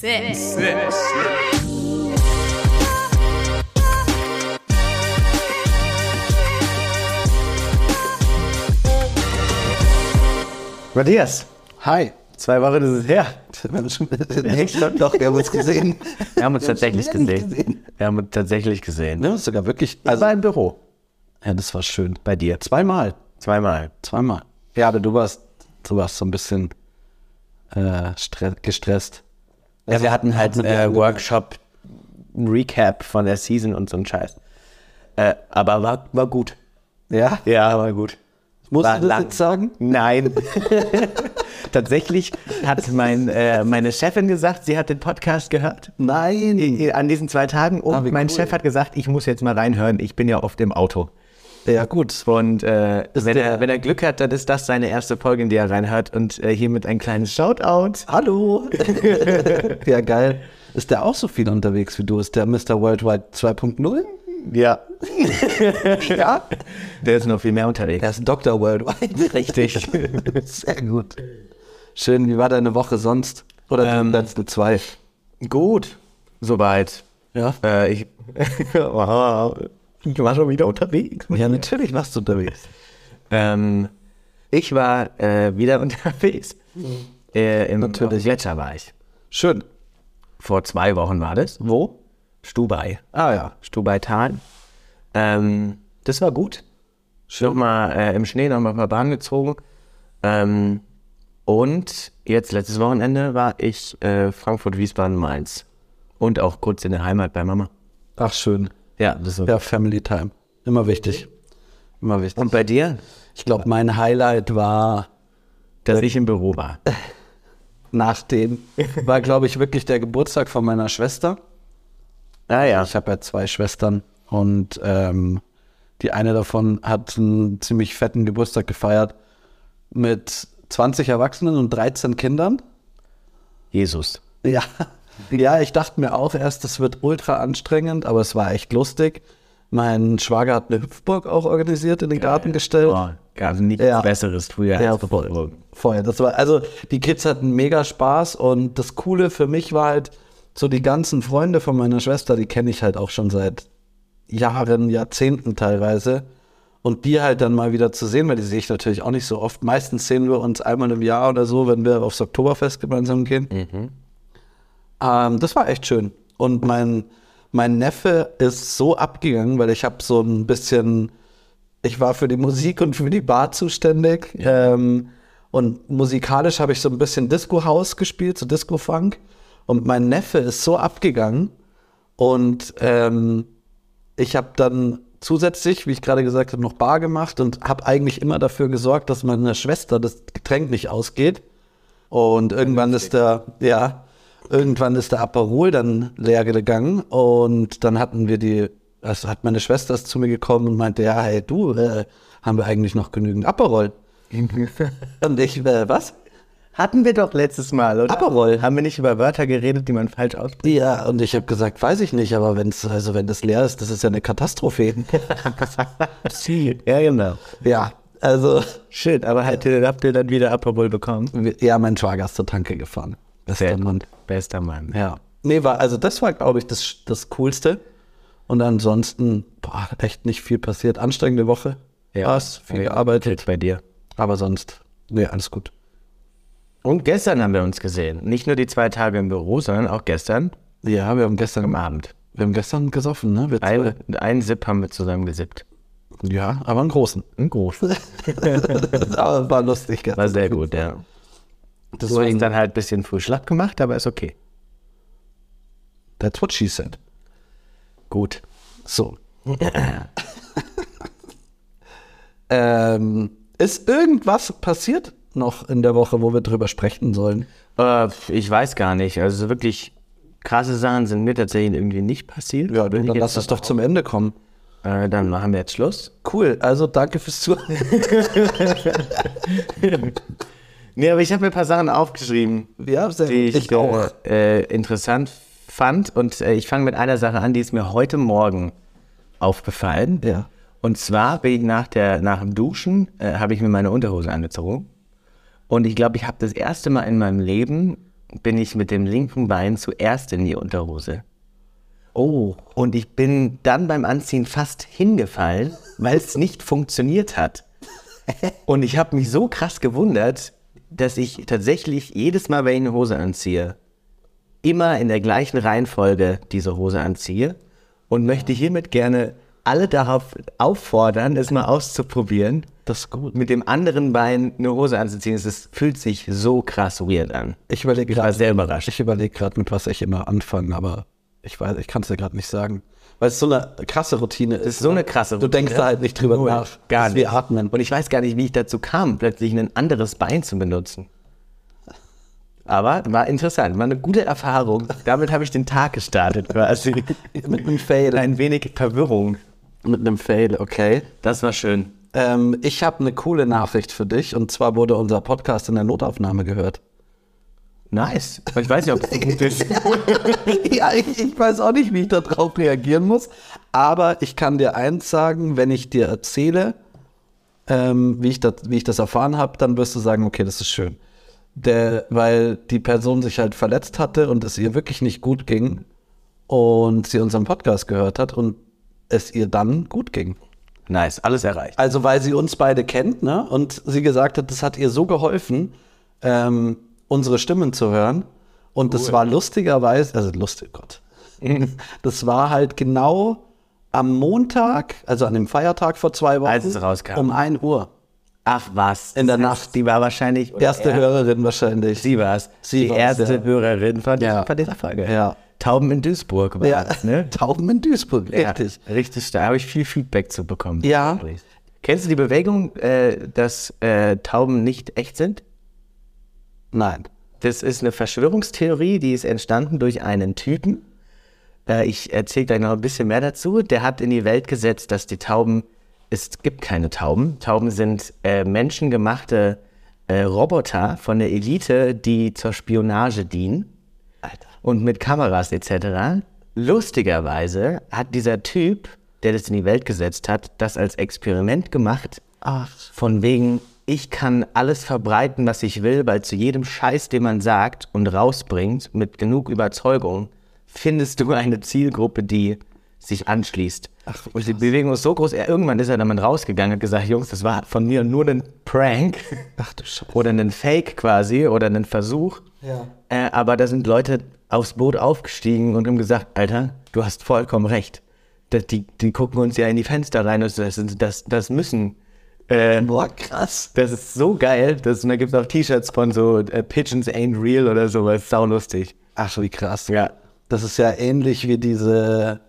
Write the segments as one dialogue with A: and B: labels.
A: six.
B: Matthias,
C: Hi.
B: zwei Wochen ist es her.
C: Wir haben uns schon echt doch, wir haben uns gesehen.
B: Wir haben uns tatsächlich
C: wieder nicht
B: gesehen.
C: gesehen.
B: Wir haben uns tatsächlich gesehen.
C: Wir haben uns sogar wirklich.
B: Also,
C: Also,
B: war im Büro
C: ja, das war schön.
B: bei dir.
C: Zweimal.
B: Zweimal.
C: Zweimal. Ja, aber du warst, du warst so ein bisschen äh, stre- gestresst.
B: Ja,
C: also-
B: wir hatten halt äh, Workshop, Recap von der Season und so ein Scheiß. Äh, aber war, war gut.
C: Ja?
B: Ja, war gut.
C: Musst
B: war
C: du das
B: lang.
C: jetzt sagen?
B: Nein. Tatsächlich hat mein, äh, meine Chefin gesagt, sie hat den Podcast gehört.
C: Nein.
B: An diesen zwei Tagen. Und
C: Ah, wie
B: mein
C: cool.
B: Chef hat gesagt, ich muss jetzt mal reinhören. Ich bin ja oft im Auto.
C: Ja, gut.
B: Und äh, wenn,
C: der-
B: er, wenn er Glück hat, dann ist das seine erste Folge, in die er reinhört. Und äh, hiermit ein kleines Shoutout.
C: Hallo. ja, geil. Ist der auch so viel unterwegs wie du? Ist der Mr. Worldwide 2.0?
B: Ja. ja. Der ist noch viel mehr unterwegs.
C: Der ist Dr. Worldwide.
B: Richtig.
C: Sehr gut. Schön. Wie war deine Woche sonst? Oder die letzten zwei?
B: Gut. Soweit.
C: Ja.
B: Äh, ich, Wow. ich war schon wieder unterwegs.
C: Ja, natürlich warst du unterwegs.
B: Ähm, ich war äh, wieder unterwegs. Äh, im,
C: Natürlich.
B: Auf dem Gletscher war ich.
C: Schön.
B: Vor zwei Wochen war das.
C: Wo?
B: Stubai.
C: Ah ja.
B: Stubai Tal. Ähm, das war gut. Nochmal äh, im Schnee nochmal ein paar Bahnen gezogen. Ähm, und jetzt letztes Wochenende war ich äh, Frankfurt, Wiesbaden, Mainz. Und auch kurz in der Heimat bei Mama.
C: Ach schön.
B: Ja, das war
C: Ja, Family Time. Immer wichtig. Immer wichtig.
B: Und bei dir?
C: Ich glaube, mein Highlight war
B: Dass ich im Büro war.
C: nach dem, war glaube ich wirklich der Geburtstag von meiner Schwester.
B: Ah ja.
C: Ich habe ja zwei Schwestern und ähm, die eine davon hat einen ziemlich fetten Geburtstag gefeiert mit 20 Erwachsenen und 13 Kindern.
B: Jesus.
C: Ja. Ja, ich dachte mir auch erst, das wird ultra anstrengend, aber es war echt lustig. Mein Schwager hat eine Hüpfburg auch organisiert, in den Garten gestellt.
B: Oh, gab nichts
C: Ja.
B: Besseres früher.
C: Ja,
B: als Büro.
C: Voll. Das war, also die Kids hatten mega Spaß und das Coole für mich war halt, so die ganzen Freunde von meiner Schwester, die kenne ich halt auch schon seit Jahren, Jahrzehnten teilweise. Und die halt dann mal wieder zu sehen, weil die sehe ich natürlich auch nicht so oft. Meistens sehen wir uns einmal im Jahr oder so, wenn wir aufs Oktoberfest gemeinsam gehen. Ähm, das war echt schön. Und mein, mein Neffe ist so abgegangen, weil ich habe so ein bisschen ich war für die Musik und für die Bar zuständig. Ähm, und musikalisch habe ich so ein bisschen Disco House gespielt, so Disco Funk. Und mein Neffe ist so abgegangen. Und ähm, ich habe dann zusätzlich, wie ich gerade gesagt habe, noch Bar gemacht und habe eigentlich immer dafür gesorgt, dass meiner Schwester das Getränk nicht ausgeht. Und irgendwann ist der, ja, irgendwann ist der Aperol dann leer gegangen und dann hatten wir die, also hat meine Schwester ist zu mir gekommen und meinte, ja, hey, du, äh, haben wir eigentlich noch genügend Aperol? Und ich, äh, was?
B: Hatten wir doch letztes Mal, oder?
C: Aperol.
B: Haben wir nicht über Wörter geredet, die man falsch ausspricht?
C: Ja, und ich habe gesagt, weiß ich nicht, aber wenn es, also wenn das leer ist, das ist ja eine Katastrophe.
B: ja, genau.
C: ja, also,
B: Shit, aber halt, habt ihr dann wieder Aperol bekommen?
C: wir- ja, mein Schwager ist zur Tanke gefahren. Bester Mann.
B: Bester Mann.
C: Ja. Nee, war, also das war, glaube ich, das, das Coolste. Und ansonsten, boah, echt nicht viel passiert. Anstrengende Woche.
B: Ja.
C: War's, viel
B: Ja.
C: gearbeitet.
B: Bei dir.
C: Aber sonst, nee, alles gut.
B: Und gestern haben wir uns gesehen. Nicht nur die zwei Tage im Büro, sondern auch gestern
C: Ja, wir haben gestern,
B: am
C: wir
B: Abend.
C: haben gestern gesoffen, ne? Wir zwei.
B: Ein, einen Sip haben wir zusammen gesippt.
C: Ja, aber einen großen.
B: Ein groß.
C: aber war lustig gestern.
B: War sehr gut, ja.
C: Das
B: Du
C: war,
B: hast dann halt ein bisschen früh schlapp gemacht, aber ist okay.
C: that's what she said.
B: Gut.
C: So. ähm, ist irgendwas passiert noch in der Woche, wo wir drüber sprechen sollen?
B: Äh, ich weiß gar nicht. Also wirklich krasse Sachen sind mir tatsächlich irgendwie nicht passiert.
C: Ja,
B: Wenn
C: dann
B: ich
C: lass es doch zum Ende kommen.
B: jetzt- äh, dann machen wir jetzt Schluss.
C: Cool, also danke fürs Zuhören.
B: Nee, aber ich habe mir ein paar Sachen aufgeschrieben,
C: Ja, sehr
B: die ich,
C: gut.
B: äh, Äh, interessant fand. Und äh, ich fange mit einer Sache an, die ist mir heute Morgen aufgefallen.
C: Ja.
B: Und zwar bin ich nach, der, nach dem Duschen, äh, habe ich mir meine Unterhose angezogen. Und ich glaube, ich habe das erste Mal in meinem Leben bin ich mit dem linken Bein zuerst in die Unterhose.
C: Oh.
B: Und ich bin dann beim Anziehen fast hingefallen, weil es nicht funktioniert hat. Und ich habe mich so krass gewundert, dass ich tatsächlich jedes Mal, wenn ich eine Hose anziehe, immer in der gleichen Reihenfolge diese Hose anziehe und möchte hiermit gerne alle darauf auffordern, es mal auszuprobieren,
C: Das ist gut.
B: mit dem anderen Bein eine Hose anzuziehen. Es ist- fühlt sich so krass weird an.
C: Ich überlege
B: war
C: gerade.
B: sehr überrascht.
C: Ich überlege gerade, mit was ich immer anfange, aber ich weiß, ich kann es dir gerade nicht sagen. Weil es so eine krasse Routine ist.
B: Das ist so eine krasse
C: du denkst da halt nicht drüber nach.
B: Gar
C: Das ist
B: nicht.
C: Wie atmen.
B: Und ich weiß gar nicht, wie ich dazu kam, plötzlich ein anderes Bein zu benutzen. Aber war interessant, war eine gute Erfahrung. Damit habe ich den Tag gestartet quasi.
C: mit einem Fail.
B: Ein wenig Verwirrung.
C: Mit einem Fail, okay.
B: Das war schön.
C: Ähm, ich habe eine coole Nachricht für dich. Und zwar wurde unser Podcast in der Notaufnahme gehört.
B: Nice. Ich weiß nicht, ob es gut ist.
C: ja, ich, ich weiß auch nicht, wie ich darauf reagieren muss. Aber ich kann dir eins sagen, wenn ich dir erzähle, ähm, wie, ich das, wie ich das erfahren habe, dann wirst du sagen, okay, das ist schön. Der, weil die Person sich halt verletzt hatte und es ihr wirklich nicht gut ging und sie unseren Podcast gehört hat und es ihr dann gut ging.
B: Nice, alles erreicht.
C: Also weil sie uns beide kennt, ne? Und sie gesagt hat, das hat ihr so geholfen, ähm, unsere Stimmen zu hören. Und das war lustigerweise, also lustig, Gott.
B: Mhm.
C: das war halt genau am Montag, also an dem Feiertag vor zwei Wochen,
B: Als es rauskam.
C: um 1 Uhr.
B: Ach was.
C: In der
B: Das
C: Nacht.
B: Die war wahrscheinlich. oder
C: Erste
B: er-
C: Hörerin wahrscheinlich.
B: Sie war es.
C: Sie
B: Die
C: war's,
B: erste
C: ja.
B: Hörerin von,
C: Ja.
B: von dieser Folge.
C: Ja.
B: Tauben in Duisburg war
C: ja,
B: es, ne?
C: Tauben in Duisburg, richtig.
B: Ja, richtig, da habe ich viel Feedback zu bekommen.
C: Ja.
B: Kennst du die Bewegung, äh, dass äh, Tauben nicht echt sind?
C: Nein.
B: Das ist eine Verschwörungstheorie, die ist entstanden durch einen Typen. Äh, ich erzähle gleich noch ein bisschen mehr dazu. Der hat in die Welt gesetzt, dass die Tauben, es gibt keine Tauben. Tauben sind äh, menschengemachte äh, Roboter von der Elite, die zur Spionage dienen
C: Alter.
B: und mit Kameras etc. Lustigerweise hat dieser Typ, der das in die Welt gesetzt hat, das als Experiment gemacht.
C: Ach.
B: Von wegen, ich kann alles verbreiten, was ich will, weil zu jedem Scheiß, den man sagt und rausbringt, mit genug Überzeugung, findest du eine Zielgruppe, die sich anschließt.
C: Ach, wie
B: und die Bewegung ist so groß, er, irgendwann ist er damit rausgegangen und hat gesagt, Jungs, das war von mir nur ein Prank
C: Ach du Scheiße.
B: oder ein Fake quasi oder ein Versuch.
C: Ja.
B: Äh, aber da sind Leute aufs Boot aufgestiegen und haben gesagt, Alter, du hast vollkommen recht. Das, die, die gucken uns ja in die Fenster rein und das, sind- das, das müssen. Äh,
C: Boah, krass.
B: das ist so geil. Das, und da gibt es auch T-Shirts von so äh, Pigeons Ain't Real oder sowas. Sau lustig.
C: Ach, wie krass.
B: Ja.
C: Das ist ja ähnlich wie diese,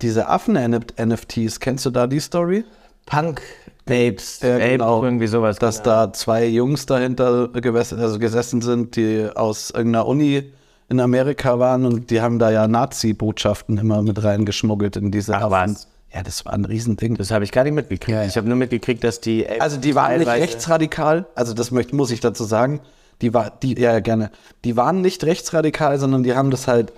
C: diese Affen-NFTs. Kennst du da die Story?
B: Punk, Apes,
C: Ja,
B: Apes,
C: genau.
B: irgendwie sowas.
C: Dass da zwei Jungs dahinter gewes- also gesessen sind, die aus irgendeiner Uni in Amerika waren und die haben da ja Nazi-Botschaften immer mit reingeschmuggelt in diese
B: Ach, was?
C: Ja, das war ein Riesending.
B: das habe ich gar nicht mitgekriegt.
C: Ja, ja.
B: Ich habe nur mitgekriegt, dass die Apes
C: Also die waren nicht
B: teilweise-
C: rechtsradikal, also das möcht, muss ich dazu sagen. Die war, die, ja, ja, gerne. Die waren nicht rechtsradikal, sondern die haben das halt.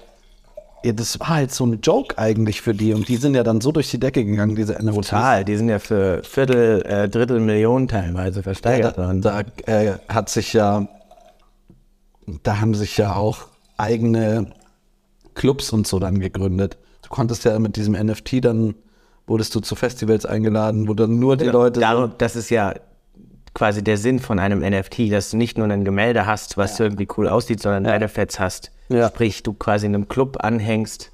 C: Ja, das war halt so ein Joke eigentlich für die. Und die sind ja dann so durch die Decke gegangen, diese NFTs.
B: Total, die sind ja für Viertel, äh, Drittel Millionen teilweise
C: Ja,
B: versteigert
C: da,
B: worden.
C: da äh, hat sich ja, da haben sich ja auch eigene Clubs und so dann gegründet. Du konntest ja mit diesem NFT dann, wurdest du zu Festivals eingeladen, wo dann nur die Leute.
B: Darum, das ist ja quasi der Sinn von einem NFT, dass du nicht nur ein Gemälde hast, was irgendwie cool aussieht, sondern ja. Benefits hast.
C: Ja.
B: Sprich, du quasi einem Club anhängst,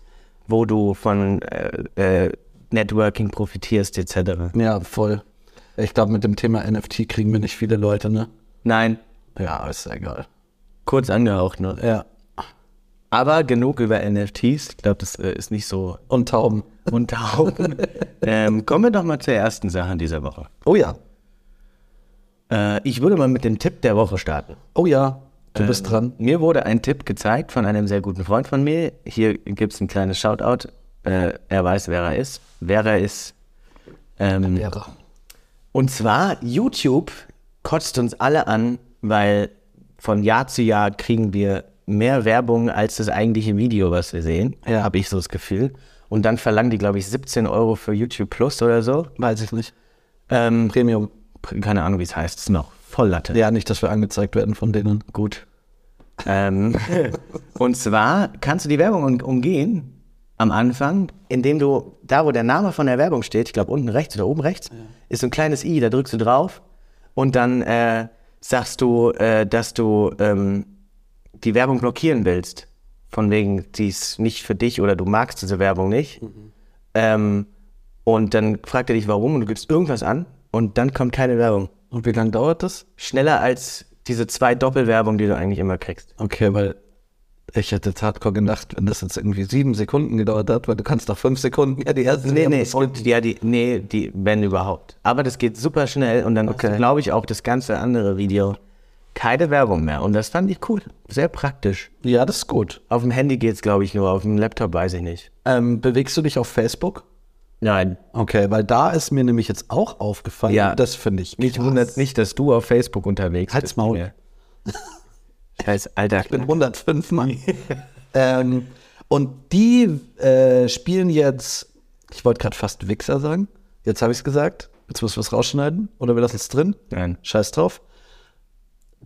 B: wo du von äh, äh, Networking profitierst, etc.
C: Ja, voll. Ich glaube, mit dem Thema NFT kriegen wir nicht viele Leute, ne?
B: Nein,
C: Ja, ist ja egal.
B: kurz angehaucht. Ne?
C: Ja.
B: Aber genug über NFTs. Ich glaube, das äh, ist nicht so
C: Und Tauben.
B: unterhauben. ähm, kommen wir doch mal zur ersten Sache dieser Woche.
C: Oh ja.
B: Äh, ich würde mal mit dem Tipp der Woche starten.
C: Oh ja. Du bist dran.
B: Mir wurde ein Tipp gezeigt von einem sehr guten Freund von mir. Hier gibt es ein kleines Shoutout. Äh, er weiß, wer er ist. Wer er ist. Ähm,
C: Lehrer.
B: und zwar, YouTube kotzt uns alle an, weil von Jahr zu Jahr kriegen wir mehr Werbung als das eigentliche Video, was wir sehen.
C: Ja.
B: Habe ich so das Gefühl. Und dann verlangen die, glaube ich, 17 Euro für YouTube Plus oder so.
C: Weiß ich nicht.
B: Ähm,
C: Premium.
B: keine Ahnung, wie es heißt. Ist noch voll Latte.
C: Ja, nicht, dass wir angezeigt werden von denen.
B: Gut. ähm, und zwar kannst du die Werbung um- umgehen am Anfang, indem du da, wo der Name von der Werbung steht, ich glaube unten rechts oder oben rechts, ist so ein kleines i, da drückst du drauf und dann äh, sagst du, äh, dass du ähm, die Werbung blockieren willst. Von wegen, die ist nicht für dich oder du magst diese Werbung nicht. Ähm, und dann fragt er dich, warum und du gibst irgendwas an und dann kommt keine Werbung.
C: Und wie lange dauert das?
B: Schneller als diese zwei Doppelwerbung, die du eigentlich immer kriegst.
C: Okay, weil ich hätte jetzt hardcore gedacht, wenn das jetzt irgendwie sieben Sekunden gedauert hat, weil du kannst nach fünf Sekunden ja die ersten.
B: Nee, nee, es gibt, ja, die, nee, die, wenn überhaupt. Aber das geht super schnell und dann
C: Okay.
B: hast du, glaube ich, auch das ganze andere Video. Keine Werbung mehr. Und das fand ich cool. Sehr praktisch.
C: Ja, das ist gut.
B: Auf dem Handy geht's, glaube ich, nur. Auf dem Laptop weiß ich nicht.
C: Ähm, bewegst du dich auf Facebook?
B: Nein.
C: Okay, weil da ist mir nämlich jetzt auch aufgefallen,
B: Ja.
C: das finde ich.
B: Mich
C: krass.
B: wundert nicht, dass du auf Facebook unterwegs
C: Halt's
B: bist.
C: Maul.
B: Ja. Scheiß, Alter.
C: Ich bin 105 Mann. ähm, und die äh, spielen jetzt, ich wollte gerade fast Wichser sagen. Jetzt habe ich es gesagt. Jetzt müssen wir es rausschneiden oder wir lassen es drin.
B: Nein.
C: Scheiß drauf.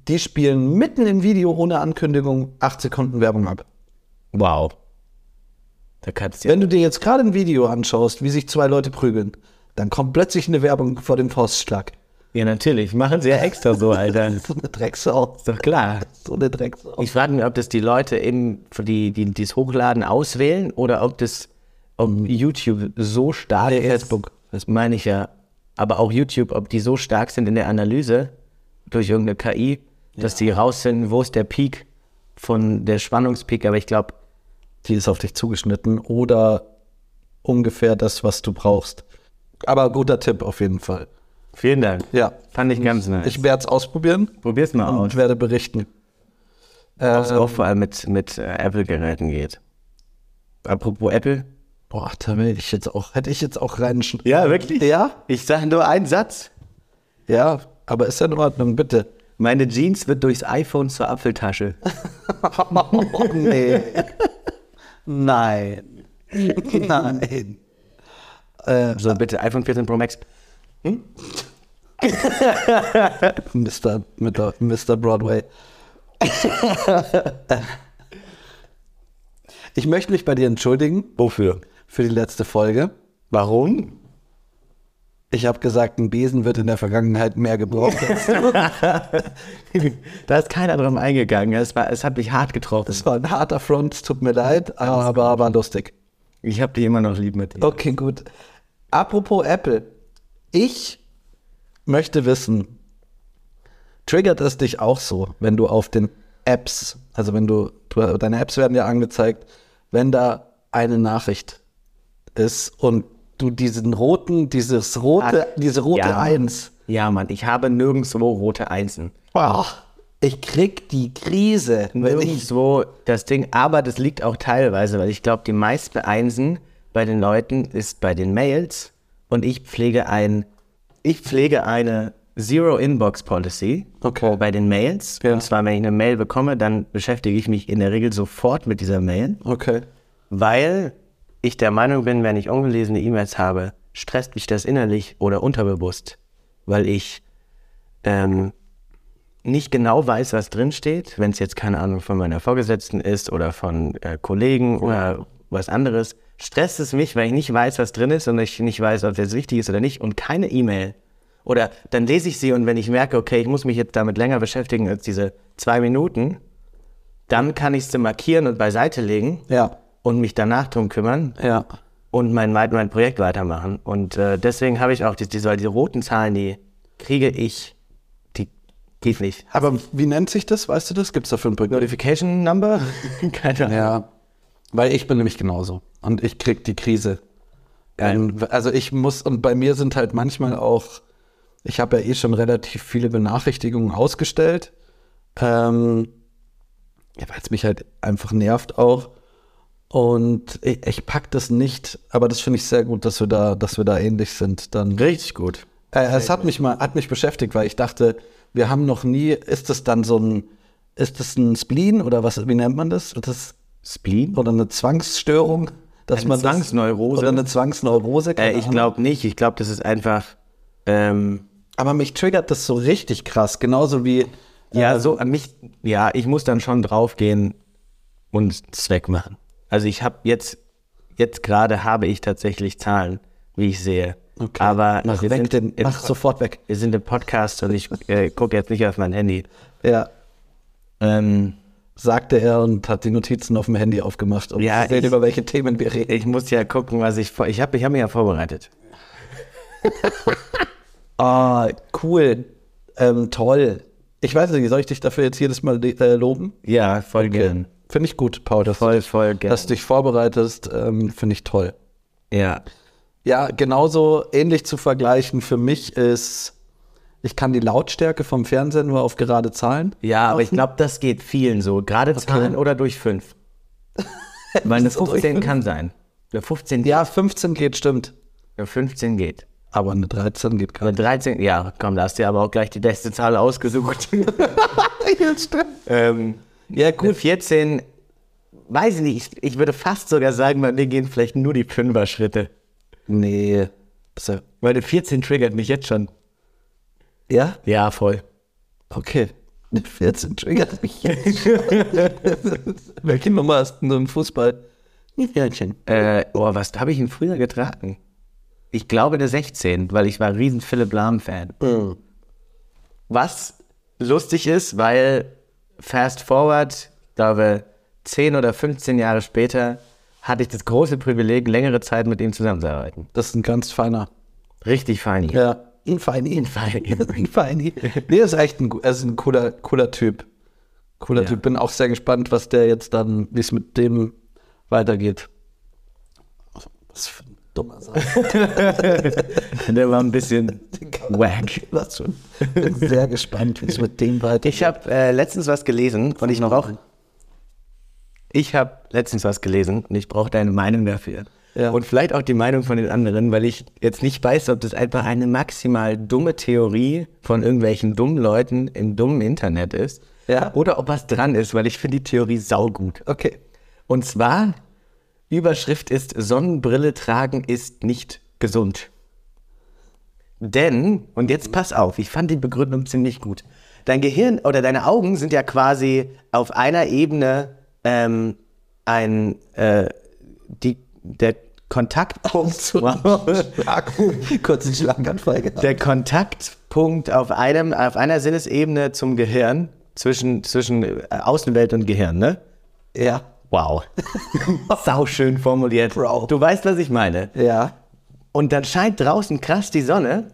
C: Die spielen mitten im Video ohne Ankündigung 8 Sekunden Werbung ab.
B: Wow. Da kannst du ja.
C: Wenn du dir jetzt gerade ein Video anschaust, wie sich zwei Leute prügeln, dann kommt plötzlich eine Werbung vor dem Faustschlag.
B: Ja, natürlich. Machen sie ja extra so, Alter. Ist
C: So eine Drecksau.
B: doch klar.
C: So eine Drecksau.
B: Ich frage mich, ob das die Leute eben, für die, die die es hochladen, auswählen oder ob das ob YouTube so stark
C: Nee,
B: ist.
C: Facebook.
B: Das meine ich ja. Aber auch YouTube, ob die so stark sind in der Analyse durch irgendeine KI, dass die rausfinden, wo ist der Peak von der Spannungspeak. Aber ich glaube,
C: Die ist auf dich zugeschnitten oder ungefähr das, was du brauchst. Aber guter Tipp auf jeden Fall.
B: vielen Dank.
C: Ja.
B: Fand ich ganz nice.
C: Ich werde es ausprobieren
B: probier's mal
C: und werde berichten. Äh,
B: Was auch vor allem mit, mit äh, Apple-Geräten geht. Apropos Apple.
C: Boah, da will ich jetzt auch, hätte ich jetzt auch reinschen.
B: Ja, wirklich?
C: Ja,
B: Ich sage nur einen Satz.
C: ja, aber ist ja in Ordnung, bitte.
B: Meine Jeans wird durchs iPhone zur Apfeltasche.
C: Oh, nee. Nein. Nein.
B: So, bitte, iPhone 14 Pro Max.
C: Mr. Mr. Mr. Broadway. ich möchte mich bei dir entschuldigen
B: Wofür?
C: für die letzte Folge.
B: Warum?
C: Ich habe gesagt, ein Besen wird in der Vergangenheit mehr gebraucht. als-
B: da ist keiner drum eingegangen. Es, war, es hat mich hart getroffen.
C: Das war ein harter Front, es tut mir leid, aber war lustig.
B: Ich habe dich immer noch lieb mit dir.
C: Okay, gut. Apropos Apple. Ich möchte wissen, triggert es dich auch so, wenn du auf den Apps, also wenn du, du deine Apps werden ja angezeigt, wenn da eine Nachricht ist und du diesen roten, dieses rote,
B: Ach,
C: diese rote
B: ja.
C: Eins.
B: Ja, Mann, ich habe nirgendwo rote Einsen.
C: Ah, ich krieg die Krise, wenn ich
B: Nirgendwo das Ding. Aber das liegt auch teilweise, weil ich glaube, die meisten Einsen bei den Leuten ist bei den Mails. Und ich pflege ein, ich pflege eine Zero-Inbox-Policy.
C: Okay.
B: Bei den Mails.
C: Ja.
B: Und zwar, wenn ich eine Mail bekomme, dann beschäftige ich mich in der Regel sofort mit dieser Mail.
C: Okay.
B: weil ich der Meinung bin, wenn ich ungelesene E-Mails habe, stresst mich das innerlich oder unterbewusst, weil ich ähm, nicht genau weiß, was drinsteht, wenn es jetzt keine Ahnung von meiner Vorgesetzten ist oder von äh, Kollegen oder was anderes, stresst es mich, weil ich nicht weiß, was drin ist und ich nicht weiß, ob das wichtig ist oder nicht und keine E-Mail. Oder dann lese ich sie und wenn ich merke, okay, ich muss mich jetzt damit länger beschäftigen als diese zwei Minuten, dann kann ich sie markieren und beiseite legen
C: Ja,
B: und mich danach drum kümmern
C: ja.
B: und mein, weit- mein Projekt weitermachen. Und äh, deswegen habe ich auch die, diese, weil die roten Zahlen, die kriege ich, die geht nicht.
C: Aber wie nennt sich das? Weißt du das? Gibt es dafür einen Begriff?
B: Notification Number? Keine Ahnung.
C: Ja, weil ich bin nämlich genauso. Und ich krieg die Krise. Ähm, also ich muss, und bei mir sind halt manchmal auch, ich habe ja eh schon relativ viele Benachrichtigungen ausgestellt. Ähm, ja, weil es mich halt einfach nervt auch. Und ich, ich pack das nicht, aber das finde ich sehr gut, dass wir da, dass wir da ähnlich sind. Dann
B: Richtig gut.
C: äh, es hat mich mal, hat mich beschäftigt, weil ich dachte, wir haben noch nie, ist das dann so ein, ist das ein Spleen oder was, wie nennt man das? Das
B: Spleen?
C: oder eine Zwangsstörung, dass
B: Eine
C: man das-
B: Zwangsneurose?
C: oder eine Zwangsneurose.
B: Äh,
C: keine
B: ich
C: Ahnung.
B: glaube nicht. Ich glaube, das ist einfach. Ähm,
C: Aber mich triggert das so richtig krass, genauso wie
B: Ja, so an mich, ja, ich muss dann schon draufgehen und es wegmachen. Also ich habe jetzt, jetzt gerade habe ich tatsächlich Zahlen, wie ich sehe.
C: Okay.
B: Aber
C: mach
B: wir,
C: weg
B: sind
C: den,
B: im,
C: mach sofort weg.
B: wir sind im Podcast und ich äh, gucke jetzt nicht auf mein Handy.
C: Ja,
B: Ähm,
C: sagte er und hat die Notizen auf dem Handy aufgemacht, um
B: Ja,
C: zu sehen,
B: ich-
C: über welche Themen wir reden.
B: ich muss ja gucken, was ich vor. Ich habe ich hab mich ja vorbereitet.
C: Ah, cool. Ähm, toll. Ich weiß nicht, soll ich dich dafür jetzt jedes Mal äh, loben?
B: Ja, voll gern.
C: Finde ich gut, Paul, dass,
B: Voll, voll gern.
C: dass du dich vorbereitest. Ähm, Finde ich toll.
B: ja.
C: Ja, genauso ähnlich zu vergleichen für mich ist, ich kann die Lautstärke vom Fernseher nur auf gerade Zahlen.
B: Ja, aber ich glaube, das geht vielen so. Gerade Zahlen oder durch fünf. Weil eine
C: durch
B: 15
C: fünf?
B: kann sein. Eine 15,
C: Ja, 15 geht, stimmt.
B: eine 15 geht.
C: Aber eine 13 geht gar
B: Aber 13, ja, komm, da hast du ja aber auch gleich die beste Zahl ausgesucht.
C: nicht.
B: ähm,
C: Ja,
B: gut,
C: gut.
B: 14, weiß ich nicht, ich, ich würde fast sogar sagen, bei mir gehen vielleicht nur die Fünfer-Schritte.
C: Nee. Also, Ist ja-
B: Weil eine 14 triggert mich jetzt schon.
C: Ja?
B: Ja, voll.
C: Okay. Eine 14 triggert mich jetzt. schon. Welche Nummer hast denn du im Fußball? Eine 14.
B: Äh, oh, was habe ich ihn früher getragen? Ich glaube der 16, weil ich war ein riesen Philipp Lahm-Fan. Was lustig ist, weil fast forward, glaube 10 oder 15 Jahre später, hatte ich das große Privileg, längere Zeit mit ihm zusammenzuarbeiten.
C: Das ist ein ganz feiner.
B: Richtig fein. hier.
C: Ja. Ein Feini. Ein
B: Feini.
C: ein Feini. Nee, ist echt ein, gu- er ist ein cooler, cooler Typ. Cooler
B: Ja.
C: Typ. Bin auch sehr gespannt, was der jetzt dann, wie es mit dem weitergeht. Also, Was für ein dummer Satz.
B: Der war ein bisschen wack.
C: Was schon. Bin sehr gespannt, wie es mit dem weitergeht.
B: Ich habe äh, letztens was gelesen und ich brauche. Ich habe letztens was gelesen und ich brauche deine Meinung dafür.
C: Ja.
B: Und vielleicht auch die Meinung von den anderen, weil ich jetzt nicht weiß, ob das einfach eine maximal dumme Theorie von irgendwelchen dummen Leuten im dummen Internet ist.
C: Ja.
B: Oder ob was dran ist, weil ich finde die Theorie saugut.
C: Okay.
B: Und zwar, Überschrift ist, Sonnenbrille tragen ist nicht gesund. Denn, und jetzt pass auf, ich fand die Begründung ziemlich gut. Dein Gehirn oder deine Augen sind ja quasi auf einer Ebene ähm, ein, äh, die, der Kontaktpunkt. Wow.
C: Kurz einen Schlaganfall gehabt.
B: Der Kontaktpunkt auf, einem, auf einer Sinnesebene zum Gehirn, zwischen, zwischen äh, Außenwelt und Gehirn, ne?
C: Ja.
B: Wow. Sau schön formuliert.
C: Bro.
B: Du weißt, was ich meine.
C: Ja.
B: Und dann scheint draußen krass die Sonne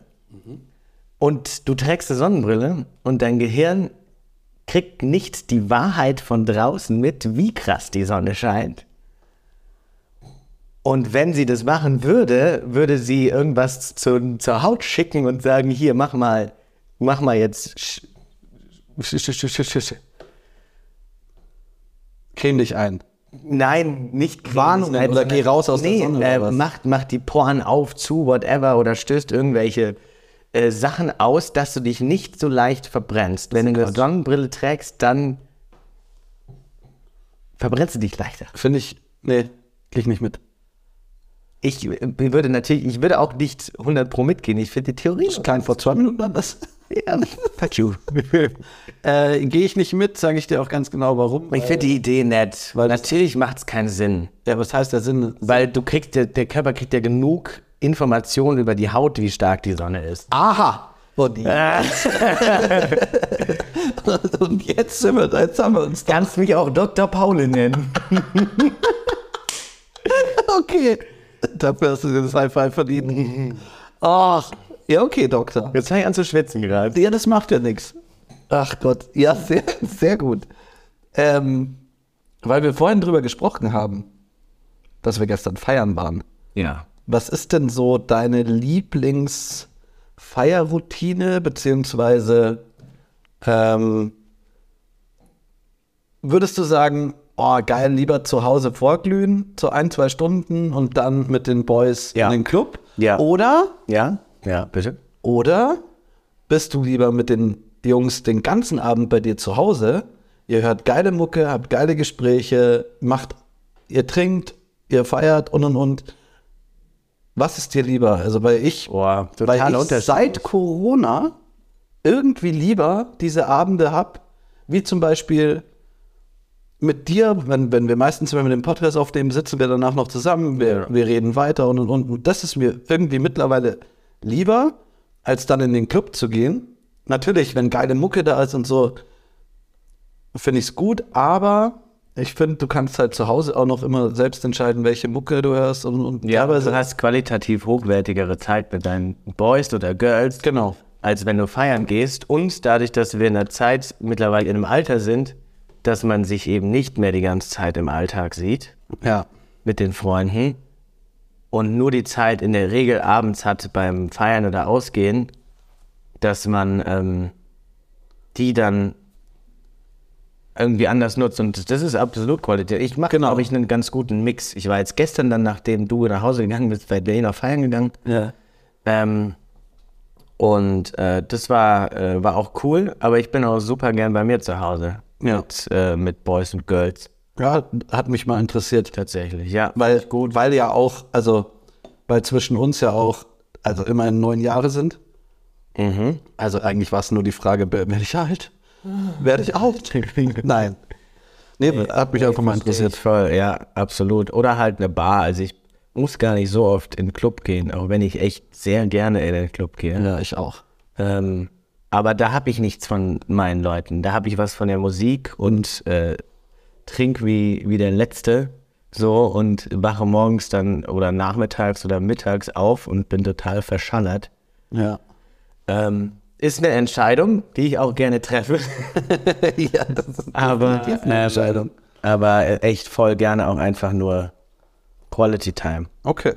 B: und du trägst eine Sonnenbrille und dein Gehirn kriegt nicht die Wahrheit von draußen mit, wie krass die Sonne scheint. Und wenn sie das machen würde, würde sie irgendwas zu, zur Haut schicken und sagen, hier, mach mal, mach mal jetzt. sch- sch- sch- sch- sch- sch- sch-
C: Creme dich ein.
B: Nein, nicht
C: Warnungen
B: Nein,
C: oder
B: sondern-
C: geh raus aus der
B: nee,
C: Sonne oder
B: äh,
C: was?
B: Macht, macht die Poren auf, zu, whatever oder stößt irgendwelche äh, Sachen aus, dass du dich nicht so leicht verbrennst. Wenn du eine Sonnenbrille trägst, dann verbrennst du dich leichter.
C: Finde ich. Nee, krieg ich nicht mit.
B: Ich äh, würde natürlich, ich würde auch nicht 100 pro mitgehen. Ich finde die Theorie.
C: Klein vor zwei Minuten anders.
B: Ja, fuck you.
C: Äh, Gehe ich nicht mit, sage ich dir auch ganz genau warum.
B: Ich finde die Idee nett.
C: Weil-
B: natürlich macht es keinen Sinn.
C: Ja, was heißt der Sinn?
B: Weil du kriegst, ja- der Körper kriegt ja genug Informationen über die Haut, wie stark die Sonne ist.
C: Ah. Aha! Und,
B: Äh.
C: und jetzt sind wir, jetzt haben wir uns.
B: Kannst mich auch Dr. Pauli nennen.
C: Okay. Dafür hast du dir das High Five verdient.
B: Mhm.
C: Ach, ja, okay, Doktor.
B: Jetzt fange ich an zu schwitzen gerade.
C: Ja, das macht ja nichts. Ach Gott, ja, sehr, sehr gut. Ähm, weil wir vorhin drüber gesprochen haben, dass wir gestern feiern waren.
B: Ja.
C: Was ist denn so deine Lieblingsfeierroutine, beziehungsweise ähm, würdest du sagen, oh geil, lieber zu Hause vorglühen, so ein, zwei Stunden und dann mit den Boys
B: Ja.
C: in den Club?
B: Ja.
C: Oder,
B: Ja? Ja, bitte?
C: oder bist du lieber mit den Jungs den ganzen Abend bei dir zu Hause? Ihr hört geile Mucke, habt geile Gespräche, macht, ihr trinkt, ihr feiert und und und. Was ist dir lieber? Also, weil ich,
B: Boah,
C: weil
B: totaler
C: ich
B: Unterschied.
C: seit Corona irgendwie lieber diese Abende hab, Wie zum Beispiel mit dir, wenn, wenn wir meistens, wenn wir den Podcast aufnehmen, sitzen wir danach noch zusammen, wir, wir reden weiter und, und, und. Und das ist mir irgendwie mittlerweile lieber, als dann in den Club zu gehen. Natürlich, wenn geile Mucke da ist und so, finde ich es gut, aber ich finde, du kannst halt zu Hause auch noch immer selbst entscheiden, welche Mucke du hörst und, und
B: Ja, aber
C: teilweise-
B: du hast qualitativ hochwertigere Zeit mit deinen Boys oder Girls,
C: Genau.
B: als wenn du feiern gehst. Und dadurch, dass wir in der Zeit mittlerweile in einem Alter sind, dass man sich eben nicht mehr die ganze Zeit im Alltag sieht
C: Ja.
B: mit den Freunden und nur die Zeit in der Regel abends hat beim Feiern oder Ausgehen, dass man ähm, die dann irgendwie anders nutzt. Und das ist absolut Qualität. Ich mache,
C: Genau.
B: glaube ich, einen ganz guten Mix. Ich war jetzt gestern dann, nachdem du nach Hause gegangen bist, bei Berliner Feiern gegangen.
C: Ja.
B: Ähm, und äh, das war, äh, war auch cool, aber ich bin auch super gern bei mir zu Hause.
C: Ja.
B: Mit, äh, mit Boys und Girls.
C: Ja, hat mich mal interessiert.
B: Tatsächlich, ja.
C: Weil, weil ja auch, also, weil zwischen uns ja auch, also immerhin neun Jahre sind.
B: Mhm.
C: Also eigentlich war es nur die Frage, be- werde ich alt? Werde ich alt? Nein. Ah. Nee, hat mich einfach mal interessiert.
B: Voll, ja, absolut. Oder halt eine Bar. Also ich muss gar nicht so oft in den Club gehen, auch wenn ich echt sehr gerne in den Club gehe.
C: Ja, ich auch.
B: Ähm, aber da habe ich nichts von meinen Leuten. Da habe ich was von der Musik und äh, trink wie, wie der Letzte. So und wache morgens dann oder nachmittags oder mittags auf und bin total verschallert.
C: Ja.
B: Ähm, ist eine Entscheidung, die ich auch gerne treffe.
C: ja, das ist
B: aber
C: definitiv eine äh, Entscheidung.
B: aber äh, echt voll gerne auch einfach nur Quality Time.
C: Okay.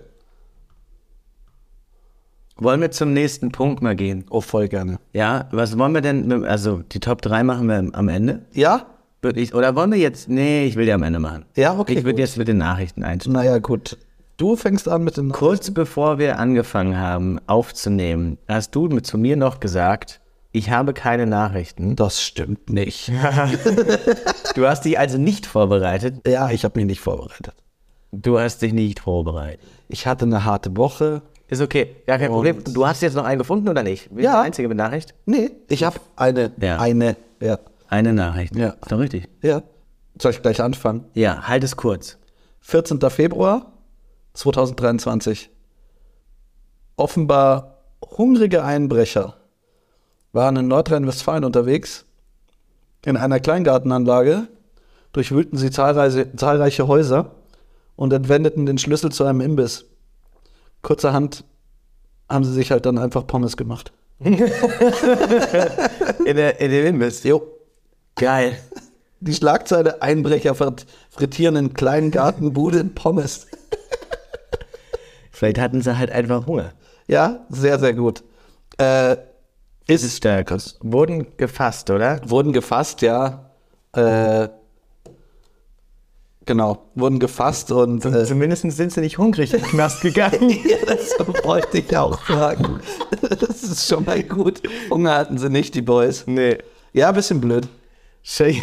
B: Wollen wir zum nächsten Punkt mal gehen?
C: Oh, voll gerne.
B: Ja, was wollen wir denn? mit- Also die Top 3 machen wir am- am Ende.
C: Ja?
B: Würd ich, oder wollen wir jetzt? Nee, ich will die am Ende machen.
C: Ja, okay,
B: Ich würde
C: gut.
B: jetzt mit den Nachrichten einsteigen.
C: Naja, gut. Du fängst an mit dem.
B: Kurz bevor wir angefangen haben aufzunehmen, hast du mit zu mir noch gesagt, ich habe keine Nachrichten.
C: Das stimmt nicht.
B: Du hast dich also nicht vorbereitet.
C: Ja, ich habe mich nicht vorbereitet.
B: Du hast dich nicht vorbereitet.
C: Ich hatte eine harte Woche.
B: Ist okay, gar kein Problem. Du hast jetzt noch einen gefunden oder nicht? Bin ich
C: Ja.
B: Der einzige mit Nachricht?
C: Nee, ich habe eine.
B: Ja.
C: Eine. Ja.
B: Eine Nachricht.
C: Ja.
B: Ist doch richtig.
C: Ja. Soll ich gleich anfangen?
B: Ja, halt es kurz.
C: 14. Februar 2023. Offenbar hungrige Einbrecher waren in Nordrhein-Westfalen unterwegs. In einer Kleingartenanlage durchwühlten sie zahlreiche, zahlreiche Häuser und entwendeten den Schlüssel zu einem Imbiss. Kurzerhand haben sie sich halt dann einfach Pommes gemacht.
B: In, der, in dem Imbiss.
C: Jo.
B: Geil.
C: Die Schlagzeile Einbrecher frit- frittieren in kleinen Gartenbuden Pommes.
B: Vielleicht hatten sie halt einfach Hunger.
C: Ja, sehr, sehr gut. Äh, ist, Äh.
B: Stärkes. Wurden gefasst, oder?
C: wurden gefasst, ja. Äh, genau, wurden gefasst und äh,
B: Zumindest Also sind sie nicht hungrig in den Knast gegangen.
C: ja, das wollte ich auch fragen. Das ist schon mal gut. Hunger hatten sie nicht, die Boys.
B: nee.
C: Ja, ein bisschen blöd.
B: Schön,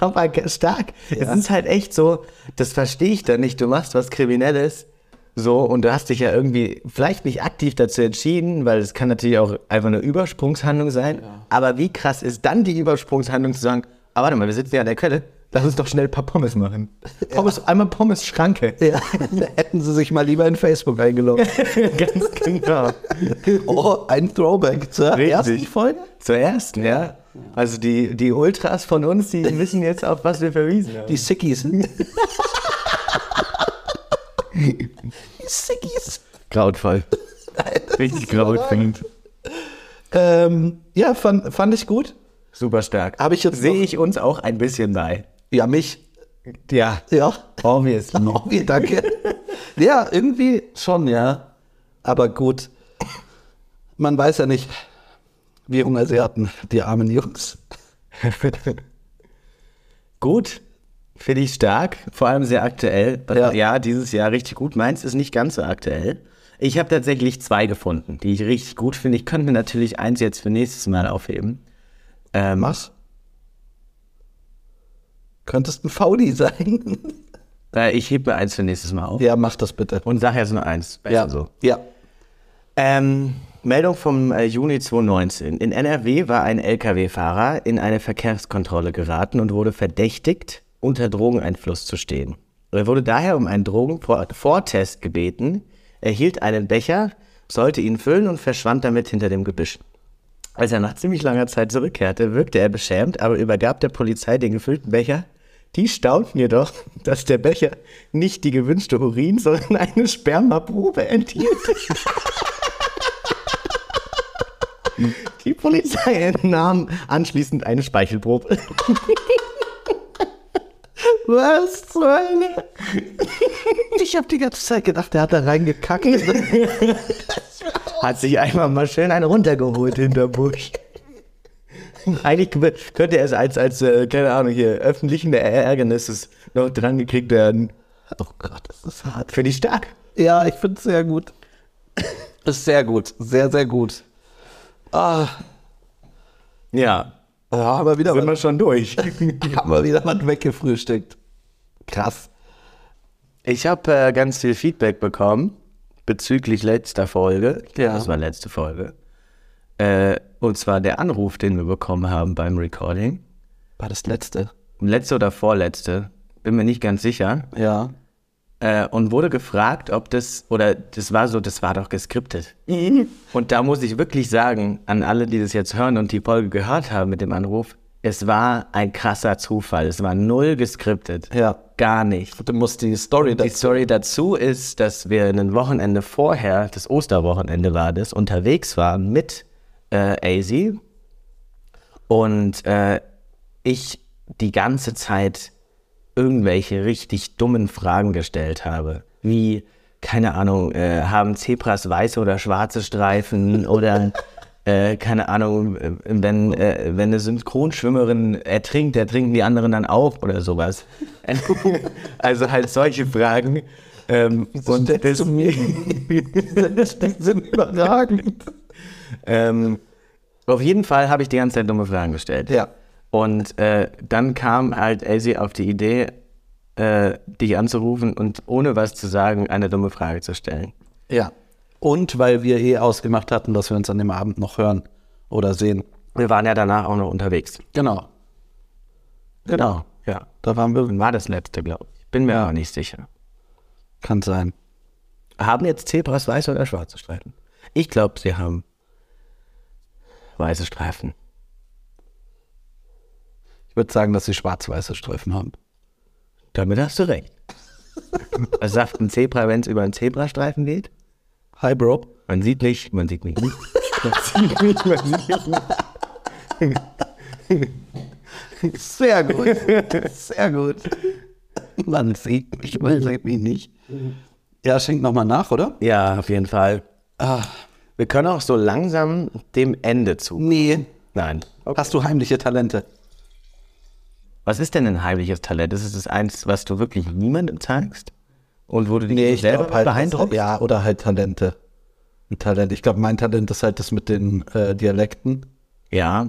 B: aber ge- stark. Es ist halt echt so, das verstehe ich dann nicht. Du machst was Kriminelles, so, und du hast dich ja irgendwie vielleicht nicht aktiv dazu entschieden, weil es kann natürlich auch einfach eine Übersprungshandlung sein. Aber wie krass ist dann die Übersprungshandlung zu sagen, ah, warte mal, wir sitzen ja an der Quelle, lass uns doch schnell ein paar Pommes machen. Pommes, einmal Pommes-Schranke.
C: Ja, hätten sie sich mal lieber in Facebook eingeloggt.
B: Ganz genau.
C: Oh, ein Throwback zur
B: Richtig.
C: ersten Folge.
B: Zuerst, ja. Also die, die Ultras von uns, die wissen jetzt, auf was wir verwiesen haben.
C: Die Sickies. die Sickies.
B: Grautvoll. Richtig grautvoll.
C: Ähm, ja, fand, fand ich gut.
B: Super stark.
C: Habe ich jetzt
B: Sehe
C: noch-
B: ich uns auch ein bisschen bei.
C: Ja, mich.
B: Ja.
C: Ja.
B: Obviously.
C: Noch Genau wie, danke. ja, irgendwie schon, ja. Aber gut, man weiß ja nicht, wie Hunger sie hatten, die armen Jungs.
B: gut. Finde ich stark. Vor allem sehr aktuell.
C: Ja.
B: Ja. dieses Jahr richtig gut. Meins ist nicht ganz so aktuell. Ich habe tatsächlich zwei gefunden, die ich richtig gut finde. Ich könnte natürlich eins jetzt für nächstes Mal aufheben. Ähm,
C: Was? Könntest ein Faudi sein?
B: äh, ich hebe mir eins für nächstes Mal auf.
C: ja, mach das bitte.
B: Und sag jetzt nur eins. Besser
C: Ja,
B: so.
C: ja.
B: Ähm, Meldung vom äh, Juni 2019. In NRW war ein Lkw-Fahrer in eine Verkehrskontrolle geraten und wurde verdächtigt, unter Drogeneinfluss zu stehen. Er wurde daher um einen Drogenvortest gebeten, erhielt einen Becher, sollte ihn füllen und verschwand damit hinter dem Gebüsch. Als er nach ziemlich langer Zeit zurückkehrte, wirkte er beschämt, aber übergab der Polizei den gefüllten Becher. Die staunten jedoch, dass der Becher nicht die gewünschte Urin, sondern eine Spermaprobe enthielt. die Polizei entnahm anschließend eine Speichelprobe.
C: Was zur Hölle? Ich habe die ganze Zeit gedacht, der hat da reingekackt.
B: Hat sich einmal mal schön einen runtergeholt hinter Busch. Eigentlich kö- könnte er es als, als äh, keine Ahnung, hier, öffentlichen Ärgernisses noch dran gekriegt werden.
C: Oh Gott, das ist hart.
B: Finde ich stark.
C: Ja, ich finde es sehr gut. Ist sehr gut, sehr, sehr gut. Ah,
B: Ja,
C: ja, haben wir wieder,
B: sind
C: was,
B: wir schon durch.
C: haben wir wieder was weggefrühstückt. Krass.
B: Ich habe äh, ganz viel Feedback bekommen bezüglich letzter Folge. Ich glaub,
C: Ja.
B: Das war letzte Folge. Äh, und zwar der Anruf, den wir bekommen haben beim Recording.
C: War das letzte?
B: Letzte oder vorletzte, bin mir nicht ganz sicher.
C: Ja.
B: äh, und wurde gefragt, ob das, oder das war so, das war doch geskriptet. Und da muss ich wirklich sagen, an alle, die das jetzt hören und die Folge gehört haben mit dem Anruf, es war ein krasser Zufall. Es war null geskriptet.
C: Ja.
B: Gar nicht.
C: Du musst die Story
B: Die Story dazu ist, dass wir ein Wochenende vorher, das Osterwochenende war das, unterwegs waren mit äh, AZ. Und äh, ich die ganze Zeit irgendwelche richtig dummen Fragen gestellt habe. Wie, keine Ahnung, äh, haben Zebras weiße oder schwarze Streifen oder äh, keine Ahnung, äh, wenn, äh, wenn eine Synchronschwimmerin ertrinkt, ertrinken die anderen dann auch oder sowas. also halt solche Fragen. Ähm, und das,
C: die sind überragend.
B: ähm, auf jeden Fall habe ich die ganze Zeit dumme Fragen gestellt.
C: Ja.
B: Und äh, dann kam halt Elsie auf die Idee, äh, dich anzurufen und ohne was zu sagen, eine dumme Frage zu stellen.
C: Ja. Und weil wir eh ausgemacht hatten, dass wir uns an dem Abend noch hören oder sehen.
B: Wir waren ja danach auch noch unterwegs.
C: Genau. Genau.
B: Ja.
C: Da waren wir.
B: Dann war das letzte, glaube ich. Bin mir auch nicht sicher.
C: Kann sein.
B: Haben jetzt Zebras weiße oder schwarze Streifen? Ich glaube, sie haben weiße Streifen.
C: Ich würde sagen, dass sie schwarz-weiße Streifen haben.
B: Damit hast du recht. was sagt ein Zebra, wenn es über einen Zebrastreifen geht?
C: Hi, Bro.
B: Man sieht nicht, man sieht nicht. Man sieht nicht, man sieht nicht.
C: Sehr gut. Sehr gut. Mhm. Man sieht mich, man sieht mich nicht. Ja, schenkt nochmal nach, oder?
B: Ja, auf jeden Fall.
C: Ah,
B: Wir können auch so langsam dem Ende zu.
C: nee.
B: Nein.
C: Hast du heimliche Talente?
B: Was ist denn ein heimliches Talent? Ist es das eins, was du wirklich niemandem zeigst? Und wo du dich selber
C: glaub halt,
B: beeindruckst?
C: Ja, oder halt Talente. Ein Talent. Ich glaube, mein Talent ist halt das mit den äh, Dialekten.
B: ja.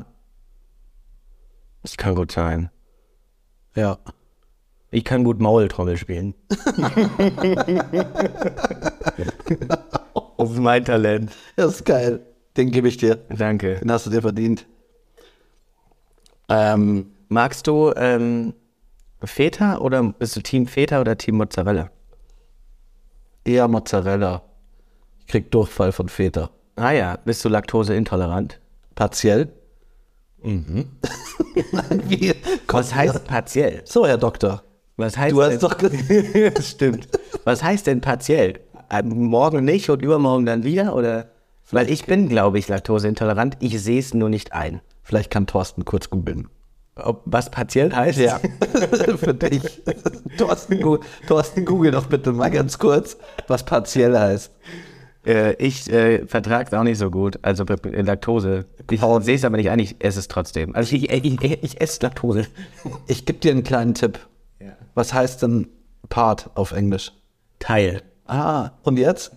B: Das kann gut sein.
C: Ja.
B: Ich kann gut Maultrommel spielen. das ist mein Talent.
C: Das ist geil. Den gebe ich dir.
B: Danke.
C: Den hast du dir verdient. Ähm,
B: Magst du ähm, Feta oder bist du Team Feta oder Team Mozzarella?
C: eher Mozzarella. Ich krieg Durchfall von Feta.
B: Ah ja, bist du laktoseintolerant?
C: Partiell? Mhm. Wie?
B: Was heißt partiell?
C: So, Herr Doktor.
B: Was heißt
C: Du
B: denn-
C: hast doch gesagt.
B: Stimmt. Was heißt denn partiell? Ähm, Morgen nicht und übermorgen dann wieder? Oder? Weil ich bin, glaube ich, laktoseintolerant. Ich sehe es nur nicht ein.
C: Vielleicht kann Thorsten kurz googeln.
B: Ob, was partiell heißt?
C: Ja, für dich. Thorsten, Gu- Thorsten, google doch bitte mal ganz kurz, was partiell heißt.
B: Äh, ich äh, vertrage es auch nicht so gut. Also äh, Laktose. Ich sehe es aber nicht ein, ich esse es trotzdem. Also ich, ich, ich, ich esse Laktose.
C: Ich gebe dir einen kleinen Tipp.
B: Ja.
C: Was heißt denn Part auf Englisch?
B: Teil.
C: Ah, und jetzt?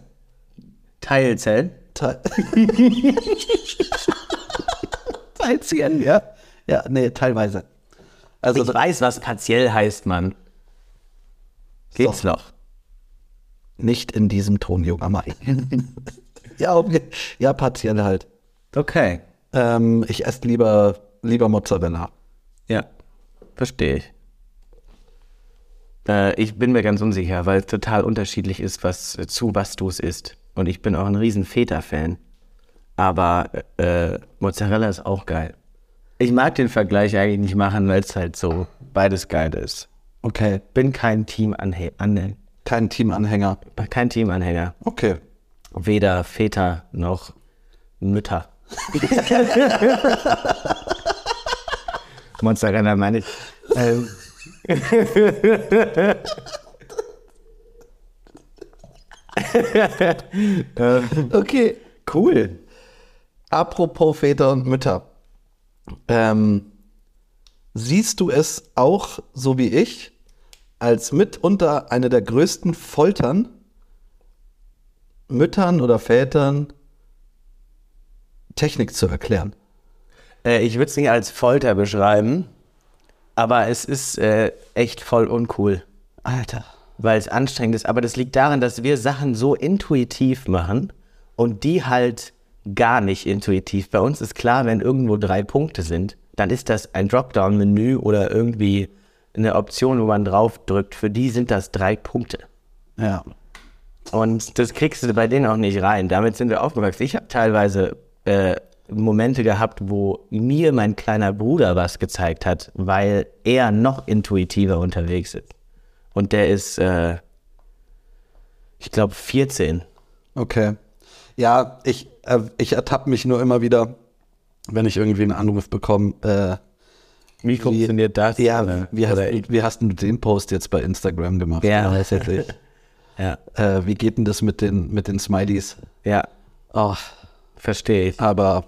B: Teilzellen.
C: Teil. Teilziehen, ja. Ja, nee, teilweise. Also,
B: Ich weiß, was partiell heißt, Mann. Geht's noch?
C: nicht in diesem Ton, junger Mann. Ja, okay. ja partiell halt.
B: Okay.
C: Ähm, ich esse lieber, lieber Mozzarella.
B: Ja. Verstehe ich. Äh, ich bin mir ganz unsicher, weil es total unterschiedlich ist, was zu was du es isst. Und ich bin auch ein riesen Feta-Fan. Aber äh, Mozzarella ist auch geil. Ich mag den Vergleich eigentlich nicht machen, weil es halt so beides geil ist.
C: Okay.
B: Bin kein Team-Anhänger.
C: Kein Teamanhänger.
B: Kein Teamanhänger.
C: Okay.
B: Weder Väter noch Mütter. Mozzarella meine ich. Ähm. Ähm,
C: Okay.
B: cool.
C: Apropos Väter und Mütter. Ähm, siehst du es auch, so wie ich, als mitunter eine der größten Foltern, Müttern oder Vätern Technik zu erklären?
B: Äh, ich würde es nicht als Folter beschreiben, aber es ist äh, echt voll uncool,
C: Alter.
B: weil es anstrengend ist. Aber das liegt daran, dass wir Sachen so intuitiv machen und die halt gar nicht intuitiv. Bei uns ist klar, wenn irgendwo drei Punkte sind, dann ist das ein Dropdown-Menü oder irgendwie eine Option, wo man draufdrückt. Für die sind das drei Punkte.
C: Ja.
B: Und das kriegst du bei denen auch nicht rein. Damit sind wir aufgewachsen. Ich habe teilweise äh, Momente gehabt, wo mir mein kleiner Bruder was gezeigt hat, weil er noch intuitiver unterwegs ist. Und der ist, äh, ich glaube, 14.
C: Okay. Ja, ich, äh, ich ertappe mich nur immer wieder, wenn ich irgendwie einen Anruf bekomme. Äh,
B: Wie funktioniert das?
C: ja,
B: Oder-
C: wie hast,
B: Ne? oder-
C: du- wie hast denn du den Post jetzt bei Instagram gemacht?
B: Ja.
C: weiß jetzt ich.
B: ja,
C: äh, wie geht denn das mit den, mit den Smileys?
B: ja
C: Oh,
B: verstehe ich.
C: aber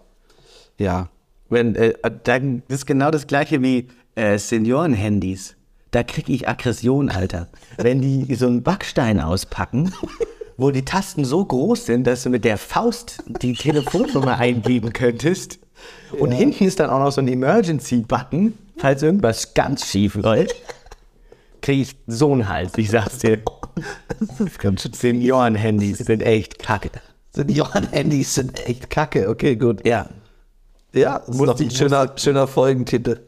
C: ja.
B: Wenn, äh, dann das ist genau das gleiche wie äh, Seniorenhandys. Da kriege ich Aggression, Alter. Wenn die so einen Backstein auspacken, wo die Tasten so groß sind, dass du mit der Faust die Telefonnummer eingeben könntest. Und hinten ist dann auch noch so ein Emergency-Button, falls irgendwas ganz schief läuft. Kriege ich so einen Hals, ich sag's dir. Seniorenhandys sind echt kacke.
C: Senioren-Handys sind echt kacke. Okay, gut.
B: Ja.
C: Ja, das ist
B: Muss
C: noch
B: die-
C: ein schöner, schöner Folgentitel.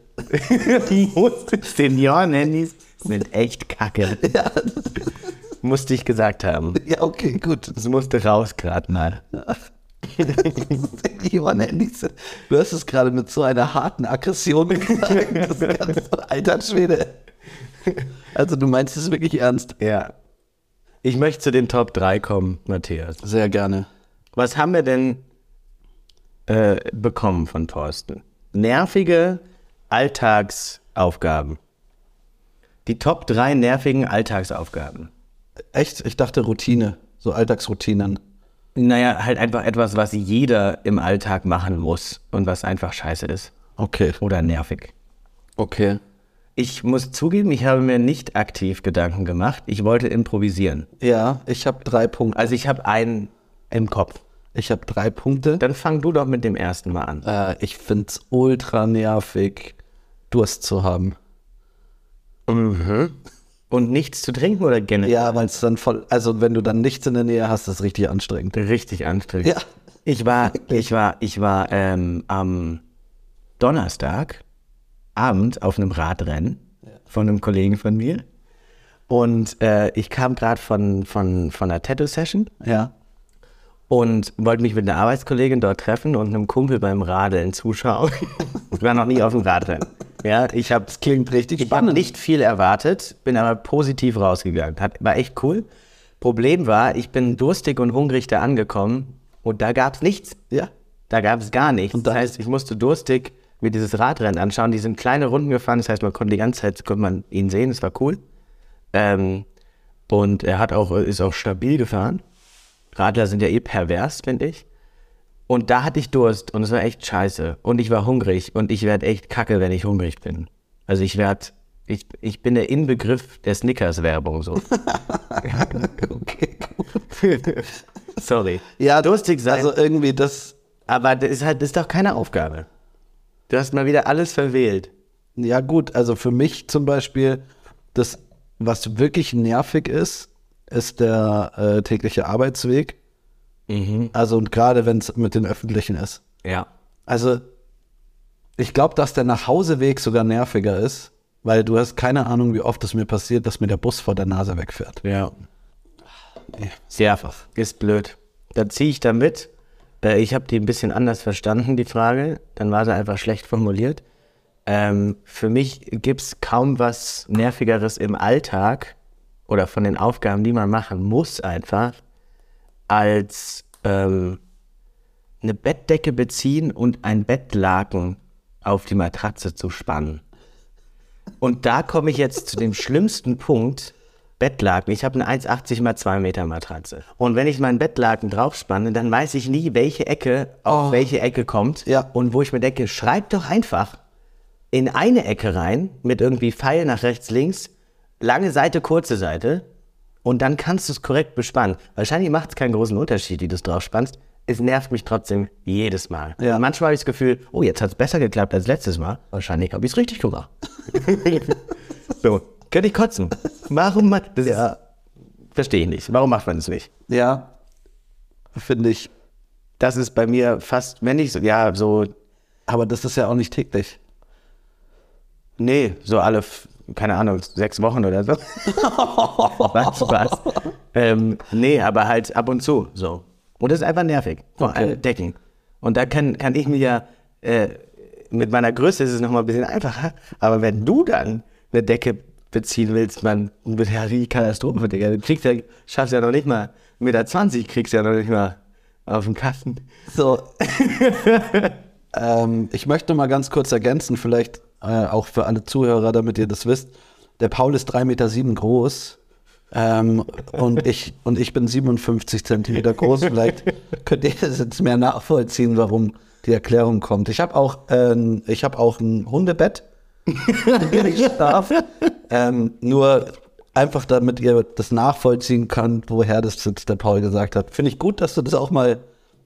B: Senioren-Handys sind echt kacke.
C: Ja,
B: Musste ich gesagt haben.
C: ja okay, gut.
B: Es musste raus gerade mal.
C: Senioren-Handys sind. Du hast es gerade mit so einer harten Aggression gesagt. Das ist ganz, alter Schwede. Also, du meinst es wirklich ernst?
B: Ja. Ich möchte zu den Top 3 kommen, Matthias.
C: Sehr gerne.
B: Was haben wir denn äh, bekommen von Thorsten? Nervige Alltagsaufgaben. Die Top 3 nervigen Alltagsaufgaben.
C: Echt? Ich dachte Routine. So Alltagsroutinen.
B: Naja, halt einfach etwas, was jeder im Alltag machen muss und was einfach scheiße ist
C: Okay.
B: oder nervig.
C: Okay.
B: Ich muss zugeben, ich habe mir nicht aktiv Gedanken gemacht. Ich wollte improvisieren.
C: Ja, ich habe drei Punkte.
B: Also ich habe einen im Kopf.
C: Ich habe drei Punkte.
B: Dann fang du doch mit dem ersten mal an.
C: Äh, ich find's ultra nervig, Durst zu haben.
B: Und nichts zu trinken oder generell?
C: Ja, weil es dann voll, also wenn du dann nichts in der Nähe hast, ist richtig anstrengend.
B: Richtig anstrengend.
C: Ja.
B: Ich war, ich war, ich war ähm, am Donnerstag Abend auf einem Radrennen von einem Kollegen von mir. Und äh, ich kam gerade von, von, von einer Tattoo-Session
C: Ja.
B: und wollte mich mit einer Arbeitskollegin dort treffen und einem Kumpel beim Radeln zuschauen. ich war noch nie auf dem Radrennen. Ja, ich habe es
C: Klingt richtig
B: Ich habe nicht viel erwartet, bin aber positiv rausgegangen. Hat, war echt cool. Problem war, ich bin durstig und hungrig da angekommen und da gab es nichts.
C: Ja.
B: Da gab es gar nichts.
C: dann-
B: das heißt, ich musste durstig mir dieses Radrennen anschauen. Die sind kleine Runden gefahren, das heißt, man konnte die ganze Zeit konnte man ihn sehen, es war cool. Ähm, und er hat auch, ist auch stabil gefahren. Radler sind ja eh pervers, finde ich. Und da hatte ich Durst und es war echt scheiße. Und ich war hungrig und ich werde echt kacke, wenn ich hungrig bin. Also ich werde, ich, ich bin der Inbegriff der Snickers-Werbung so.
C: Okay.
B: Sorry.
C: Ja,
B: Durstig sein.
C: Also irgendwie das,
B: Aber das ist halt, das ist doch keine Aufgabe. Du hast mal wieder alles verwählt.
C: ja gut, also für mich zum Beispiel, das, was wirklich nervig ist, ist der äh, tägliche Arbeitsweg. Also und gerade wenn es mit den Öffentlichen ist.
B: Ja.
C: Also ich glaube, dass der Nachhauseweg sogar nerviger ist, weil du hast keine Ahnung, wie oft es mir passiert, dass mir der Bus vor der Nase wegfährt.
B: Ja.
C: Sehr einfach.
B: Ist blöd. Da ziehe ich da mit. Äh, Ich habe die ein bisschen anders verstanden, die Frage. Dann war sie einfach schlecht formuliert. Ähm, für mich gibt es kaum was Nervigeres im Alltag oder von den Aufgaben, die man machen muss, einfach, als ähm, eine Bettdecke beziehen und ein Bettlaken auf die Matratze zu spannen. Und da komme ich jetzt zu dem schlimmsten Punkt. Bettlaken. Ich habe eine 1,80 mal 2 Meter Matratze. Und wenn ich meinen Bettlaken draufspanne, dann weiß ich nie, welche Ecke auf
C: Oh.
B: welche Ecke kommt.
C: Ja.
B: Und wo ich mir denke, schreib doch einfach in eine Ecke rein mit irgendwie Pfeil nach rechts, links, lange Seite, kurze Seite. Und dann kannst du es korrekt bespannen. Wahrscheinlich macht es keinen großen Unterschied, wie du es draufspannst. Es nervt mich trotzdem jedes Mal.
C: Ja.
B: Manchmal habe ich das Gefühl, oh, jetzt hat es besser geklappt als letztes Mal. Wahrscheinlich habe ich es richtig gemacht. so, könnte ich kotzen. Warum man. Das
C: Ja.
B: verstehe ich nicht. Warum macht man das nicht?
C: Ja. Finde ich.
B: Das ist bei mir fast, wenn ich so, ja, so,
C: Aber das ist ja auch nicht täglich.
B: nee, so alle, f- keine Ahnung, sechs Wochen oder so. was, was? Ähm, nee, aber halt ab und zu so. Und das ist einfach nervig. Nur eine Decken. Und da kann, kann ich mir ja, äh, mit meiner Größe ist es nochmal ein bisschen einfacher, aber wenn du dann eine Decke beziehen willst, man, mit ja die Katastrophe, Digga. Du kriegst ja, schaffst ja noch nicht mal, mit der 20 kriegst ja noch nicht mal auf den Kasten.
C: So. ähm, ich möchte mal ganz kurz ergänzen, vielleicht äh, auch für alle Zuhörer, damit ihr das wisst. Der Paul ist 3,7 Meter groß ähm, und, ich, und ich bin 57 Zentimeter groß. Vielleicht könnt ihr das jetzt mehr nachvollziehen, warum die Erklärung kommt. Ich habe auch, ähm, ich hab auch ein Hundebett. ich darf. Ähm, nur einfach, damit ihr das nachvollziehen könnt, woher das jetzt der Paul gesagt hat. Finde ich gut, dass du das auch mal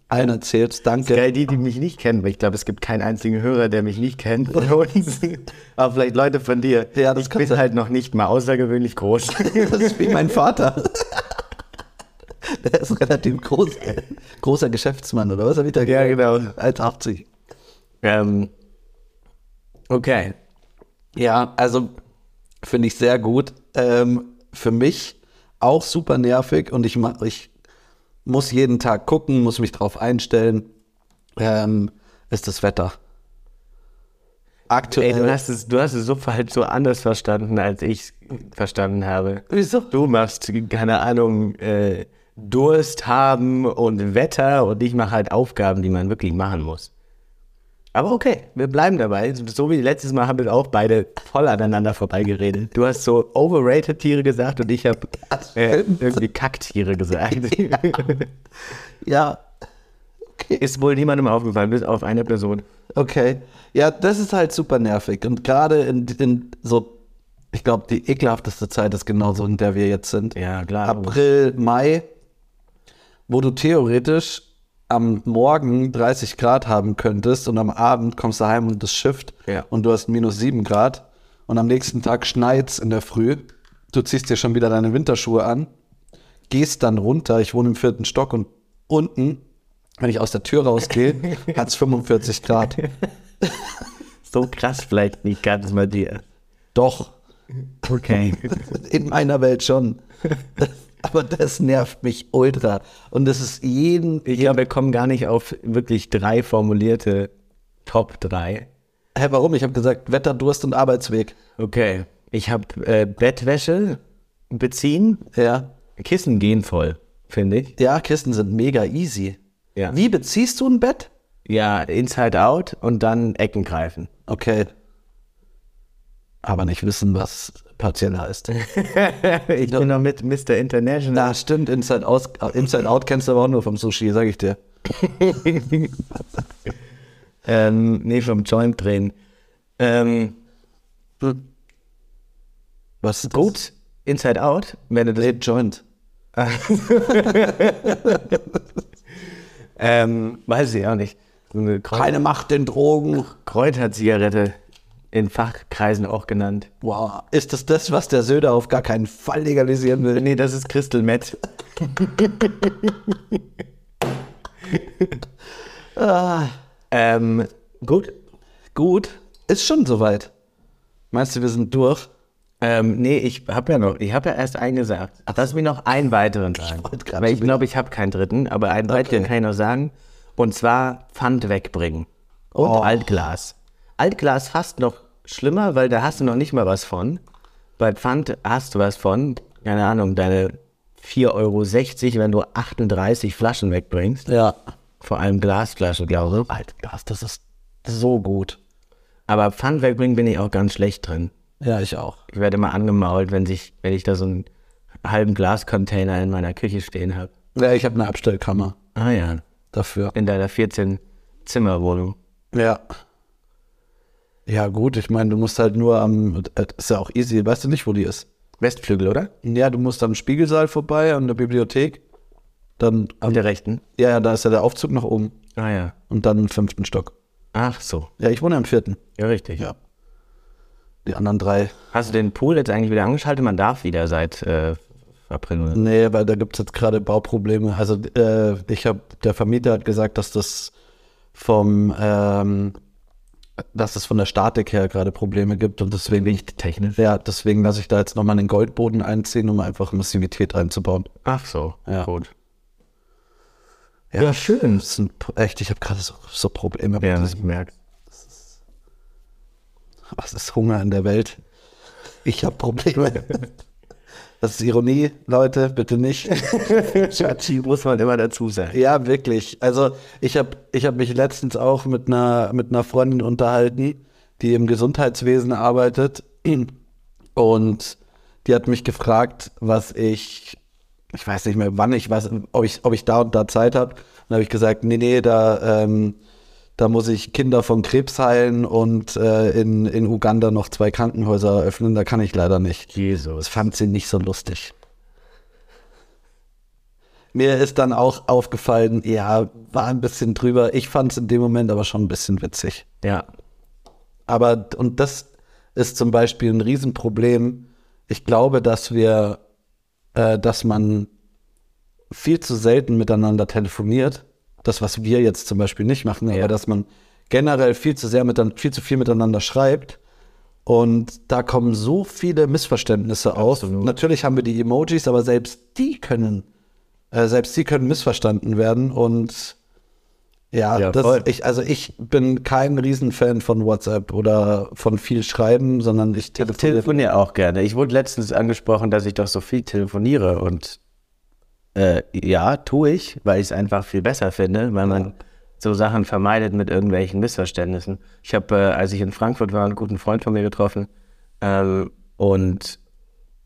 C: allen erzählst. Danke.
B: Geil, die, die mich nicht kennen, weil ich glaube, es gibt keinen einzigen Hörer, der mich nicht kennt. bei uns. Aber vielleicht Leute von dir.
C: Ja, das
B: ich
C: kann
B: bin
C: sein.
B: halt noch nicht mal außergewöhnlich groß.
C: Das ist wie mein Vater. Der ist relativ groß. äh, Großer Geschäftsmann, oder was habe ich da
B: Ja, genau.
C: Als 80.
B: ähm, okay.
C: Ja, also finde ich sehr gut. Ähm, für mich auch super nervig und ich, mach, ich muss jeden Tag gucken, muss mich drauf einstellen. Ähm, ist das Wetter.
B: Ey,
C: Aktuell.
B: du hast es, du hast es so halt so anders verstanden, als ich verstanden habe.
C: Wieso?
B: Du machst, keine Ahnung, äh, Durst haben und Wetter und ich mache halt Aufgaben, die man wirklich machen muss. Aber okay, wir bleiben dabei. So wie letztes Mal haben wir auch beide voll aneinander vorbeigeredet. Du hast so overrated Tiere gesagt und ich habe äh,
C: stimmt.
B: irgendwie Kacktiere gesagt.
C: Ja,
B: Ist wohl niemandem aufgefallen, bis auf eine Person.
C: Okay. Ja, das ist halt super nervig. Und gerade in, in so, ich glaube, die ekelhafteste Zeit ist genauso, in der wir jetzt sind.
B: Ja, klar.
C: April, Mai, wo du theoretisch am Morgen 30 Grad haben könntest und am Abend kommst du heim und das schifft
B: Ja.
C: und du hast minus 7 Grad und am nächsten Tag schneit's in der Früh. Du ziehst dir schon wieder deine Winterschuhe an, gehst dann runter. Ich wohne im vierten Stock und unten, wenn ich aus der Tür rausgehe, hat's 45 Grad.
B: So krass vielleicht nicht ganz bei dir.
C: Doch,
B: Okay.
C: in meiner Welt schon. Aber das nervt mich ultra. Und das ist jeden
B: Ich glaube, wir kommen gar nicht auf wirklich drei formulierte Top 3.
C: Hä, warum? Ich habe gesagt, Wetter, Durst und Arbeitsweg.
B: Okay. Ich habe äh, Bettwäsche beziehen.
C: Ja.
B: Kissen gehen voll, finde ich.
C: Ja, Kisten sind mega easy.
B: Ja.
C: Wie beziehst du ein Bett?
B: Ja, inside out und dann Ecken greifen.
C: Okay. Aber nicht wissen, was partiell heißt.
B: ich bin noch mit Mr. International.
C: Na, stimmt, Inside, aus, Inside Out kennst du aber auch nur vom Sushi, sag ich dir.
B: Ähm, nee, vom Joint drehen. Ähm,
C: Was ist das?
B: gut, inside out, wenn du das
C: Nee, Joint.
B: Ähm, weiß ich auch nicht. So eine Kräu
C: Keine Macht den Drogen.
B: Kräuterzigarette, in Fachkreisen auch genannt.
C: Wow. Ist das das, was der Söder auf gar keinen Fall legalisieren will?
B: Nee, das ist Crystal Meth. Ah. Ähm, gut.
C: Gut, ist schon soweit. Meinst du, wir sind durch?
B: Ähm, nee, ich habe ja noch, ich habe ja erst einen gesagt. Lass mir noch einen weiteren sagen.
C: wollte grad
B: Weil ich
C: schon-
B: glaube, ich habe keinen dritten, aber einen weiteren kann ich noch sagen. Und zwar Pfand wegbringen. Und
C: Oh.
B: Altglas. Altglas fast noch schlimmer, weil da hast du noch nicht mal was von. Bei Pfand hast du was von, keine Ahnung, deine 4,60 Euro, wenn du 38 Flaschen wegbringst.
C: Ja.
B: Vor allem Glasflaschen, glaube ich.
C: Altglas, das ist so gut.
B: Aber Pfand wegbringen bin ich auch ganz schlecht drin.
C: Ja, ich auch.
B: Ich werde immer angemault, wenn, sich, wenn ich da so einen halben Glascontainer in meiner Küche stehen habe.
C: Ja, ich habe eine Abstellkammer
B: Ah ja,
C: dafür.
B: in deiner 14-Zimmer-Wohnung.
C: Ja. Ja, gut, ich meine, du musst halt nur am. das Ist ja auch easy, weißt du nicht, wo die ist?
B: Westflügel, oder?
C: Ja, du musst am Spiegelsaal vorbei, an der Bibliothek. Dann.
B: Auf
C: Am,
B: der rechten?
C: ja, ja, da ist ja der Aufzug nach oben.
B: Ah ja.
C: Und dann im fünften Stock.
B: Ach so.
C: Ja, ich wohne am vierten.
B: Ja, richtig.
C: Ja. Die anderen drei.
B: Hast du den Pool jetzt eigentlich wieder angeschaltet? Man darf wieder seit äh, April. Oder?
C: Nee, weil da gibt es jetzt gerade Bauprobleme. Also äh, ich habe, der Vermieter hat gesagt, dass das vom, ähm, dass es von der Statik her gerade Probleme gibt und deswegen nicht
B: technisch?
C: Ja, deswegen lasse ich da jetzt nochmal einen Goldboden einziehen, um einfach Massivität einzubauen.
B: Ach so.
C: Ja.
B: Gut.
C: Ja.
B: schön.
C: Das sind pro- echt, ich habe gerade so, so Probleme mit
B: Ja, ich
C: diesem,
B: merke.
C: was ist Hunger in der Welt? Ich habe Probleme. das ist Ironie, Leute, bitte nicht.
B: Muss man immer dazu sagen.
C: Ja, wirklich. Also ich habe ich hab mich letztens auch mit einer, mit einer Freundin unterhalten, die im Gesundheitswesen arbeitet. Und die hat mich gefragt, was ich, ich weiß nicht mehr wann, ich weiß, ob ich, ob ich da und da Zeit habe. Dann habe ich gesagt, nee, nee, da, ähm, da muss ich Kinder von Krebs heilen und äh, in, in Uganda noch zwei Krankenhäuser eröffnen. Da kann ich leider nicht. Das
B: Jesus.
C: fand sie nicht so lustig. Mir ist dann auch aufgefallen, ja, war ein bisschen drüber. Ich fand es in dem Moment aber schon ein bisschen witzig.
B: Ja.
C: Aber, und das ist zum Beispiel ein Riesenproblem. Ich glaube, dass wir, äh, dass man viel zu selten miteinander telefoniert. Das, was wir jetzt zum Beispiel nicht machen, aber dass man generell viel zu sehr miteinander, viel zu viel miteinander schreibt. Und da kommen so viele Missverständnisse aus.
B: Absolut.
C: Natürlich haben wir die Emojis, aber selbst die können, äh, selbst die können missverstanden werden. Und ja,
B: Ja, voll.
C: das, ich, also ich bin kein Riesenfan von WhatsApp oder von viel Schreiben, sondern ich telefoniere.
B: telefoniere auch gerne. Ich wurde letztens angesprochen, dass ich doch so viel telefoniere und äh, ja, tue ich, weil ich es einfach viel besser finde, weil man so Sachen vermeidet mit irgendwelchen Missverständnissen. Ich habe, äh, als ich in Frankfurt war, einen guten Freund von mir getroffen ähm, und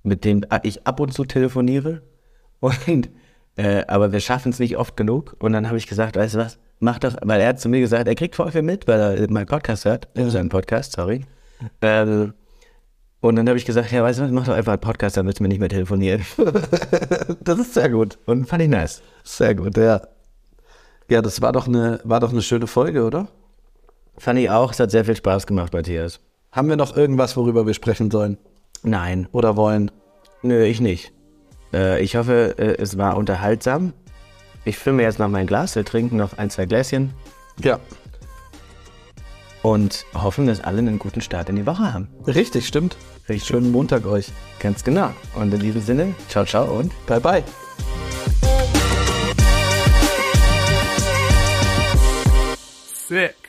B: mit dem ah, ich ab und zu telefoniere. Und, äh, aber wir schaffen es nicht oft genug. Und dann habe ich gesagt, weißt du was, mach doch, weil er hat zu mir gesagt, er kriegt voll viel mit, weil er meinen Podcast hört, seinen Podcast, sorry. Ähm, und dann habe ich gesagt, ja, weißt du was, mach doch einfach einen Podcast, dann müssen wir nicht mehr telefonieren.
C: das ist sehr gut.
B: Und fand ich nice.
C: Sehr gut, ja. Ja, das war doch eine, war doch eine schöne Folge, oder?
B: Fand ich auch, es hat sehr viel Spaß gemacht, Matthias.
C: Haben wir noch irgendwas, worüber wir sprechen sollen
B: Nein,
C: oder wollen?
B: nö, ich nicht. Äh, ich hoffe, äh, es war unterhaltsam. Ich fülle mir jetzt noch mein Glas, wir trinken noch ein, zwei Gläschen
C: Ja.
B: und hoffen, dass alle einen guten Start in die Woche haben.
C: Richtig, stimmt.
B: Richtig.
C: Schönen Montag euch.
B: Ganz genau. Und in diesem Sinne, ciao, ciao und
C: Bye, bye.
A: Sick.